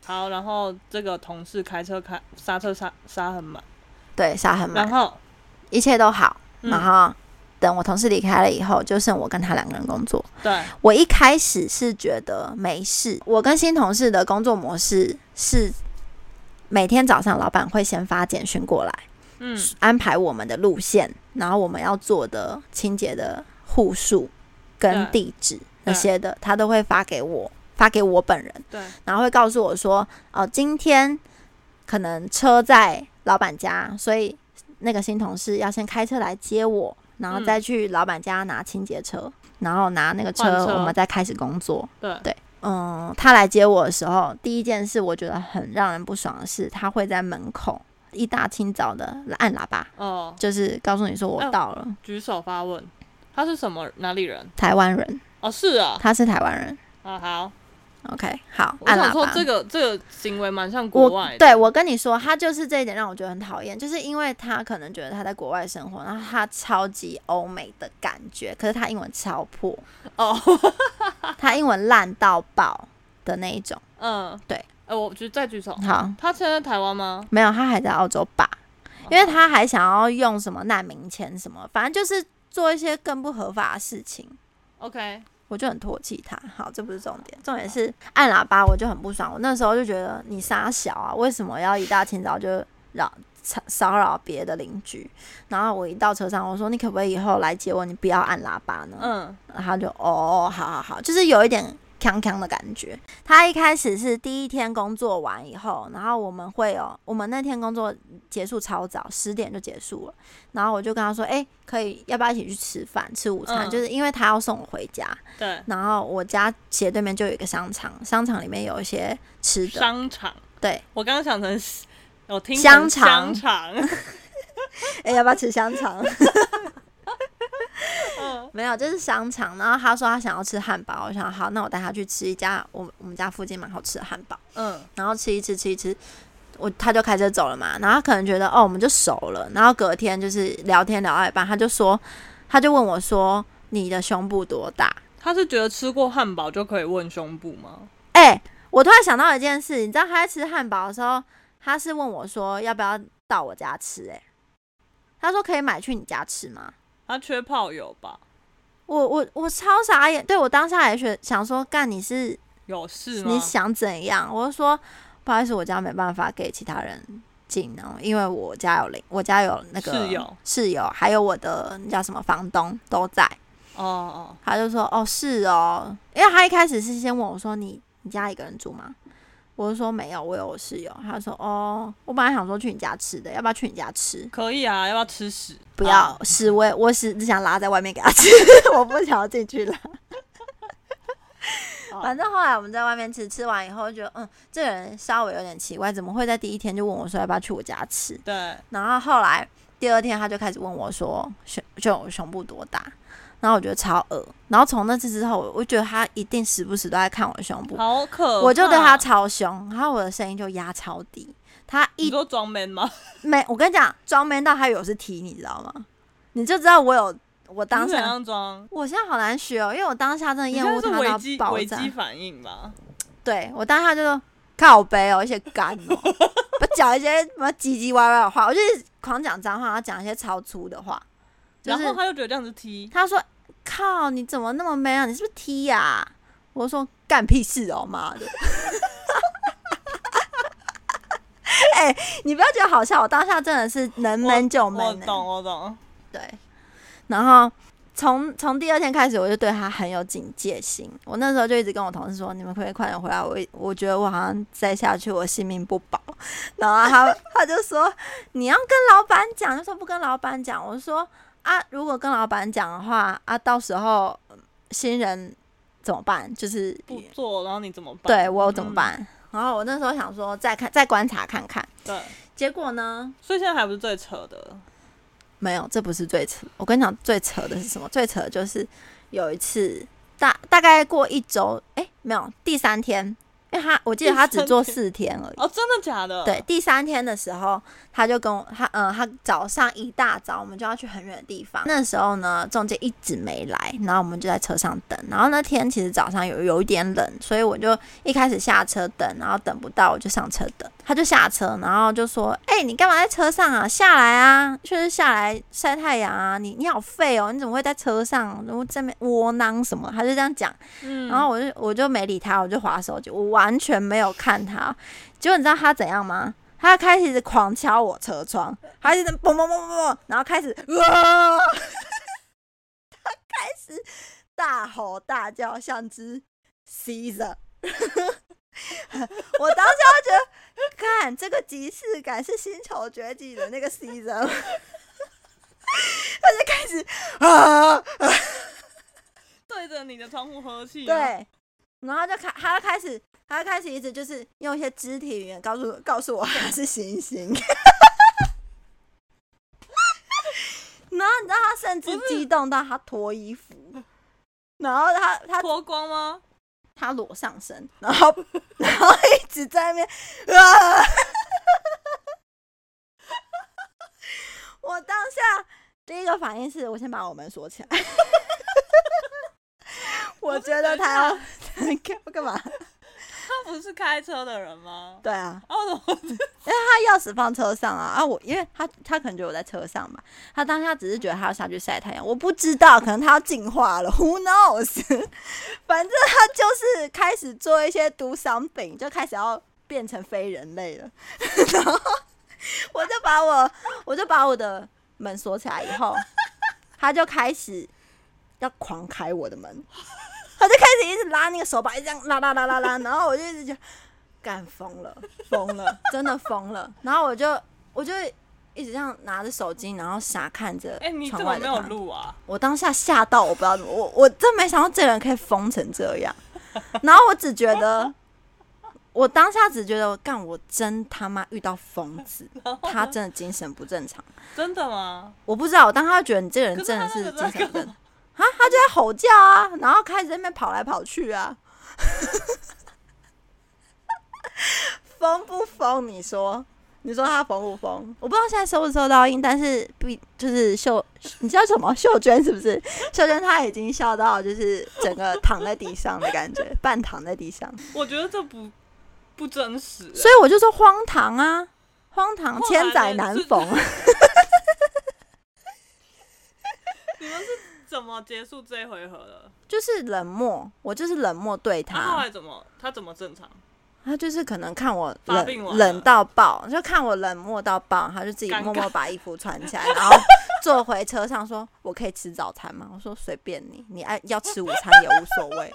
好，然后这个同事开车开刹车刹刹很满，对，杀很满，然后一切都好。嗯然后等我同事离开了以后，就剩我跟他两个人工作。对，我一开始是觉得没事，我跟新同事的工作模式是每天早上老板会先发简讯过来，嗯安排我们的路线，然后我们要做的清洁的户数跟对地址那些的，他都会发给我，发给我本人，对，然后会告诉我说，哦、今天可能车在老板家，所以那个新同事要先开车来接我，然后嗯再去老板家拿清洁车，然后拿那个换车，车我们再开始工作。对对，嗯，他来接我的时候，第一件事我觉得很让人不爽的是，他会在门口一大清早的按喇叭，哦，就是告诉你说我哎到了。举手发问，他是什么哪里人？台湾人，哦，是啊，他是台湾人。啊好， OK，好，我按想喇说叭。这个这个行为蛮像国我外的，对我跟你说，他就是这一点让我觉得很讨厌，就是因为他可能觉得他在国外生活，然后他超级欧美的感觉，可是他英文超破， 哦，他英文烂到爆的那一种。嗯，对，哎，我举再举手，好，他现在在台湾吗？没有，他还在澳洲吧，哦因为他还想要用什么难民签什么，反正就是做一些更不合法的事情。 OK，我就很唾弃他。好，这不是重点，重点是按喇叭我就很不爽。我那时候就觉得你傻小啊，为什么要一大清早就扰吵骚扰别的邻居？然后我一到车上，我说你可不可以以后来接我，你不要按喇叭呢？嗯，然后他就哦，好好好，就是有一点锵锵的感觉。他一开始是第一天工作完以后，然后我们会有，我们那天工作结束超早，十点就结束了。然后我就跟他说，哎、可以，要不要一起去吃饭，吃午餐？嗯就是因为他要送我回家，对，然后我家斜对面就有一个商场，商场里面有一些吃的，商场，对，我刚刚想成是。我听成香肠香肠， 哎、要不要吃香肠？嗯没有，就是商场。然后他说他想要吃汉堡，我想好，那我带他去吃一家我们我们家附近蛮好吃的汉堡。嗯，然后吃一吃吃一吃，我他就开车走了嘛，然后他可能觉得哦我们就熟了，然后隔天就是聊天聊到一半，他就说他就问我说你的胸部多大？他是觉得吃过汉堡就可以问胸部吗？哎、我突然想到一件事，你知道他在吃汉堡的时候，他是问我说要不要到我家吃、哎，他说可以买去你家吃吗？他缺炮友吧？我我我超傻眼，对我当下也觉想说，干你是有事吗你？想怎样？我就说不好意思，我家没办法给其他人进哦，因为我家有邻，我家有那个室友室友还有我的那叫什么房东都在。哦哦，他就说：“哦，是哦，因为他一开始是先问我说你你家一个人住吗？”我就说没有，我有室友。他说：“哦，我本来想说去你家吃的，要不要去你家吃？可以啊，要不要吃屎？不啊要，是我也我是只想拉在外面给他 吃，我不想要进去拉。哦反正后来我们在外面吃，吃完以后就觉得，嗯，这个人稍微有点奇怪，怎么会在第一天就问我说要不要去我家吃？对，然后后来第二天他就开始问我说胸就我胸部多大，然后我觉得超恶，然后从那次之后，我我觉得他一定时不时都在看我的胸部，好可怕，我就对他超凶，然后我的声音就压超低，他你一说装 man 吗？没我跟你讲装 man 到他有是踢你知道吗？你就知道我有我当你怎下。样装？我现在好难学哦，因为我当下真的你厌现恶在是他危到机爆危炸机。反应吧？对我当下就说靠背哦，一些干哦，我讲一些什么唧唧歪歪的话，我就是狂讲脏话，然后讲一些超粗的话。就是 然后他就觉得这样子踢，他说靠，你怎么那么 man 啊？你是不是 T 呀、我说干屁事哦，妈的！ 哎、你不要觉得好笑，我当下真的是能我 man 就我 man、欸。懂我懂，对，然后从从第二天开始，我就对他很有警戒心。我那时候就一直跟我同事说：“你们可不可以快点回来？我我觉得我好像再下去我性命不保。”然后他他就说：“你要跟老板讲，就说不跟老板讲。”我说：“啊，如果跟老板讲的话，啊，到时候嗯新人怎么办？就是不做，然后你怎么办？对我怎么嗯？办？”然后我那时候想说再看再观察看看，对，结果呢？所以现在还不是最扯的，没有，这不是最扯。我跟你讲，最扯的是什么？最扯的就是有一次，大大概过一周，哎、没有，第三天，因为他我记得他只做四天而已。哦，真的假的？对，，第三天的时候，他就跟我他嗯，他早上一大早我们就要去很远的地方。那时候呢，中介一直没来，然后我们就在车上等。然后那天其实早上有有一点冷，所以我就一开始下车等，然后等不到我就上车等。他就下车，然后就说：“哎、你干嘛在车上啊？下来啊，就是下来晒太阳啊！你你好废哦，你怎么会在车上？然后在那边窝囊什么？”他就这样讲。嗯，然后我就我就没理他，我就划手机，我完全没有看他。结果你知道他怎样吗？他开始狂敲我车窗，他一直嘣嘣嘣嘣嘣，然后开始哇， 他开始大吼大叫，像只 Caesar。我当时就觉得，看这个即视感是《星球崛起》的那个 Caesar，吗 他就开始啊，对着你的窗户呵气，，啊对，然后就开，他就开始，他就开始一直就是用一些肢体语言告诉告诉我他是行星。 然后你知道他甚至不是激动到他脱衣服，然后他他脱光吗？他裸上身，然 后然后一直在那边啊！ 我当下第一个反应是我先把我门锁起来， 我觉得他要要 干嘛？他不是开车的人吗？对啊，哦，我怎么他钥匙放车上啊啊！我因为他他可能觉得我在车上嘛，他当下只是觉得他要下去晒太阳，我不知道，可能他要进化了，Who knows？反正他就是开始做一些 do something，就开始要变成非人类了。 然后我就把我我就把我的门锁起来以后，他就开始要狂开我的门，他就开始一直拉那个手把，一直这样拉拉拉拉拉，然后我就一直觉得干疯了，疯了，真的疯了。然后我就我就一直这样拿着手机，然后傻看着哎、你怎窗么外没的有他。录啊？我当下吓到，我不知道怎么，我我真没想到这人可以疯成这样。 然后我只觉得，我当下只觉得，干，我真他妈遇到疯子，他真的精神不正常。真的吗？我不知道，我当他觉得你这个人可是真的他是那个精在神干不正常啊！他就在吼叫啊，然后开始在那边跑来跑去啊，疯不疯，你说，你说他疯不疯？我不知道现在收不收到音，但是必就是秀， 你知道什么秀娟是不是？ 秀娟她已经笑到就是整个躺在地上的感觉，半躺在地 上。我觉得这不不真实、欸所以我就说荒唐啊，荒唐，后来千呢载难欸是逢。 你们是怎么结束这一回合的？就是冷漠，我就是冷漠对他他，后来怎么？他怎么正常？他就是可能看我发病冷完冷了到爆，就看我冷漠到爆，他就自己尴默尬默把衣服穿起来，然 后坐回车上说：“我可以吃早餐吗？”我说：“随便你，你爱要吃午餐也无所谓。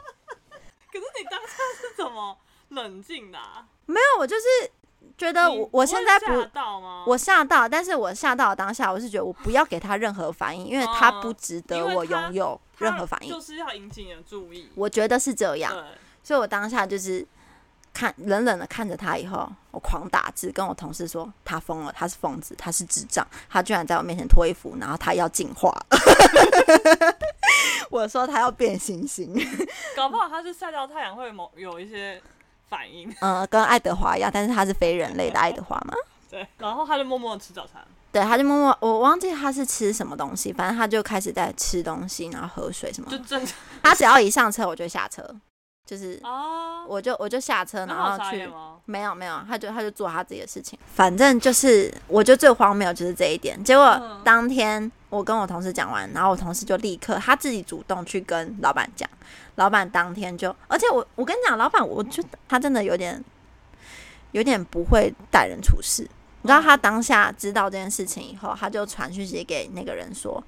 可是你当下是怎么冷静的、啊？”没有，我就是觉得你我不我会现在吓不。到吗？我吓到，但是我吓到的当下，我是觉得我不要给他任何反应，因为他哦不值得因为我他拥有他任何反应就。是要引起你的注意。我觉得是这样，对，所以我当下就是看冷冷的看着他，以后我狂打字，跟我同事说他疯了，他是疯子，他是智障，他居然在我面前脱衣服，然后他要进化。 我说他要变星星，搞不好他是晒到太阳会某有一些反应，呃，跟爱德华一样，但是他是非人类的爱德华嘛。对，然后他就默默地吃早餐。对，他就默默，我忘记他是吃什么东西，反正他就开始在吃东西，然后喝水什么就。正常他只要一上车，我就下车，就是啊。我就我就下车，然那哦好后傻去眼吗？没有没有，他就他就做他自己的事情，反正就是我觉得最荒谬就是这一点。结果嗯当天我跟我同事讲完，然后我同事就立刻他自己主动去跟老板讲，老板当天就，而且我我跟你讲，老板我觉得他真的有点有点不会待人处事。你知道他当下知道这件事情以后，他就传讯息给那个人说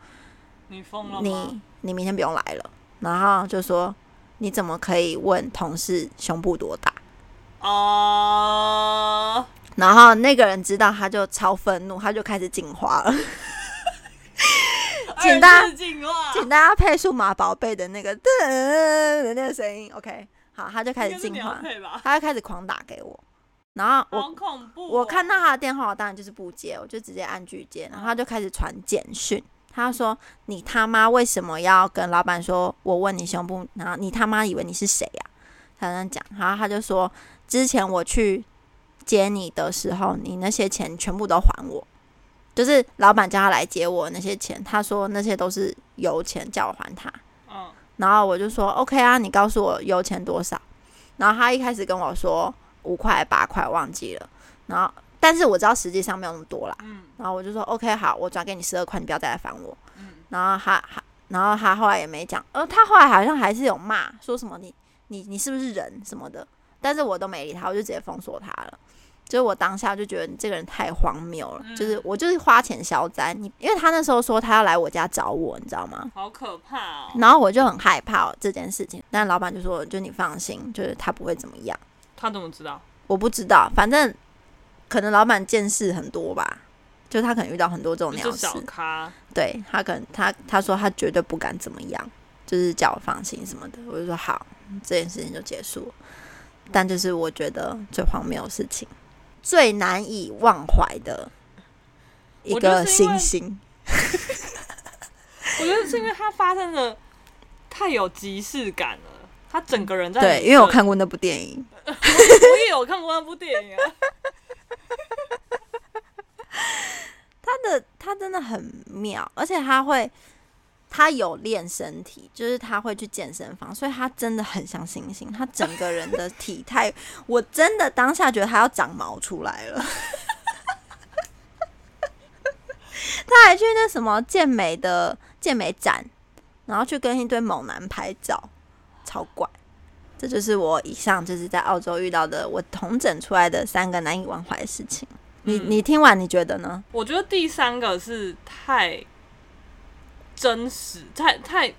你疯了：“吗？你你明天不用来了。”然后就说：“你怎么可以问同事胸部多大？”啊！然后那个人知道，他就超愤怒，他就开始进化 了。请大二次进化，请大家配数码宝贝的那个噔的那个声音，OK？好，他就开始应该是进你要化，配吧？他就开始狂打给我。然后我、好恐怖哦！我看到他的电话，我当然就是不接，我就直接按拒接。然后他就开始传简讯，他就说：“你他妈为什么要跟老板说我问你胸部？然后你他妈以为你是谁呀、他这样讲，然后他就说：“之前我去接你的时候，你那些钱全部都还我，就是老板叫他来接我那些钱，他说那些都是油钱，叫我还他。嗯，然后我就说 OK 啊，你告诉我油钱多少。然后他一开始跟我说五块八块，忘记了。然后但是我知道实际上没有那么多啦。嗯然后我就说 OK 好，我转给你十二块，你不要再来烦我。嗯，然后他他，然后他后来也没讲，呃，他后来好像还是有骂，说什么你你你是不是人什么的，但是我都没理他，我就直接封锁他了。就是我当下就觉得你这个人太荒谬了，嗯就是我就是花钱消灾，你因为他那时候说他要来我家找我，你知道吗？好可怕哦！然后我就很害怕哦这件事情，但老板就说，就你放心，就是他不会怎么样。他怎么知道？我不知道，反正可能老板见识很多吧，就他可能遇到很多这种鸟就是事小，咖，对他可能他他说他绝对不敢怎么样，就是叫我放心什么的，我就说好，这件事情就结束了。但就是我觉得最荒谬的事情，最难以忘怀的一我觉个得是因星为星，我觉得是因为他发生的太有即视感了，他整个人在对，因为我，看过那部电影，我也有看过那部电影啊，他的他真的很妙，而且他会，他有练身体，就是他会去健身房，所以他真的很像猩猩，他整个人的体态， 我真的当下觉得他要长毛出来了。 他还去那什么健美的健美展，然后去跟一堆猛男拍照，超怪。这就是我以上就是在澳洲遇到的我统整出来的三个难以忘怀的事情。你嗯你听完你觉得呢？我觉得第三个是太真实，太太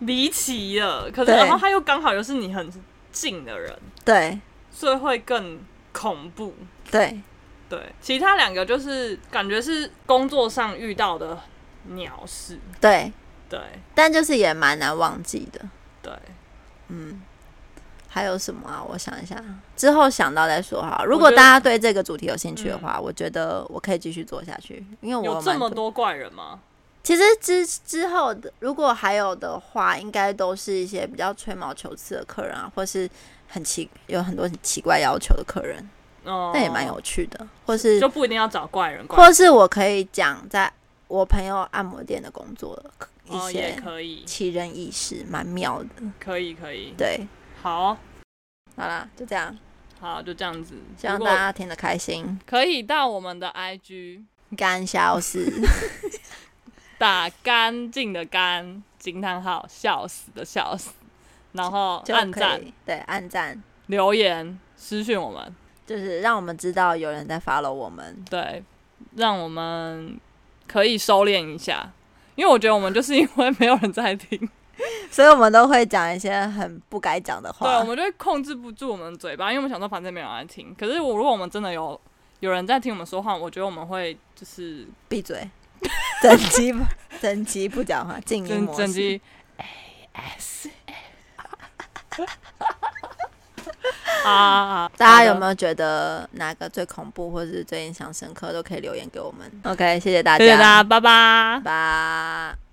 离奇了。可是对然后他又刚好又是你很近的人，对所以会更恐怖。对，对，其他两个就是感觉是工作上遇到的鸟事。对，对但就是也蛮难忘记的。对，嗯，还有什么啊？我想一下，之后想到再说哈。如果我觉大得嗯家对这个主题有兴趣的话，我觉得我可以继续做下去，因为我有蛮这么。多怪人吗？其实之之后的，如果还有的话，应该都是一些比较吹毛求疵的客人啊，或是很奇有很多很奇怪要求的客人。哦，但也蛮有趣的，或是就不一定要找怪人，怪或是我可以讲在我朋友按摩店的工作可哦一也些可以，奇人异事，蛮妙的。可以可以，对，好好啦，就这样，好就这样子，希望如大果家听得开心。可以到我们的 IG 干笑死， 打干净的干惊叹号，笑死的笑死，然后就按可赞以对按赞，留言私讯我们，就是让我们知道有人在 follow 我们。 对，让我们可以收敛一下，因为我觉得我们就是因为没有人在听。所以我们都会讲一些很不该讲的话。对，我们就会控制不住我们的嘴巴，因为我们想说反正没有人来听。可是我如果我们真的有有人在听我们说话，我觉得我们会就是闭嘴， 整集不 整集不讲话，静音整模整式。 集 A S 啊，大家有没有觉得哪个最恐怖，或是最印象深刻，都可以留言给我们。OK，谢谢大有家，谢谢大家，拜拜。拜。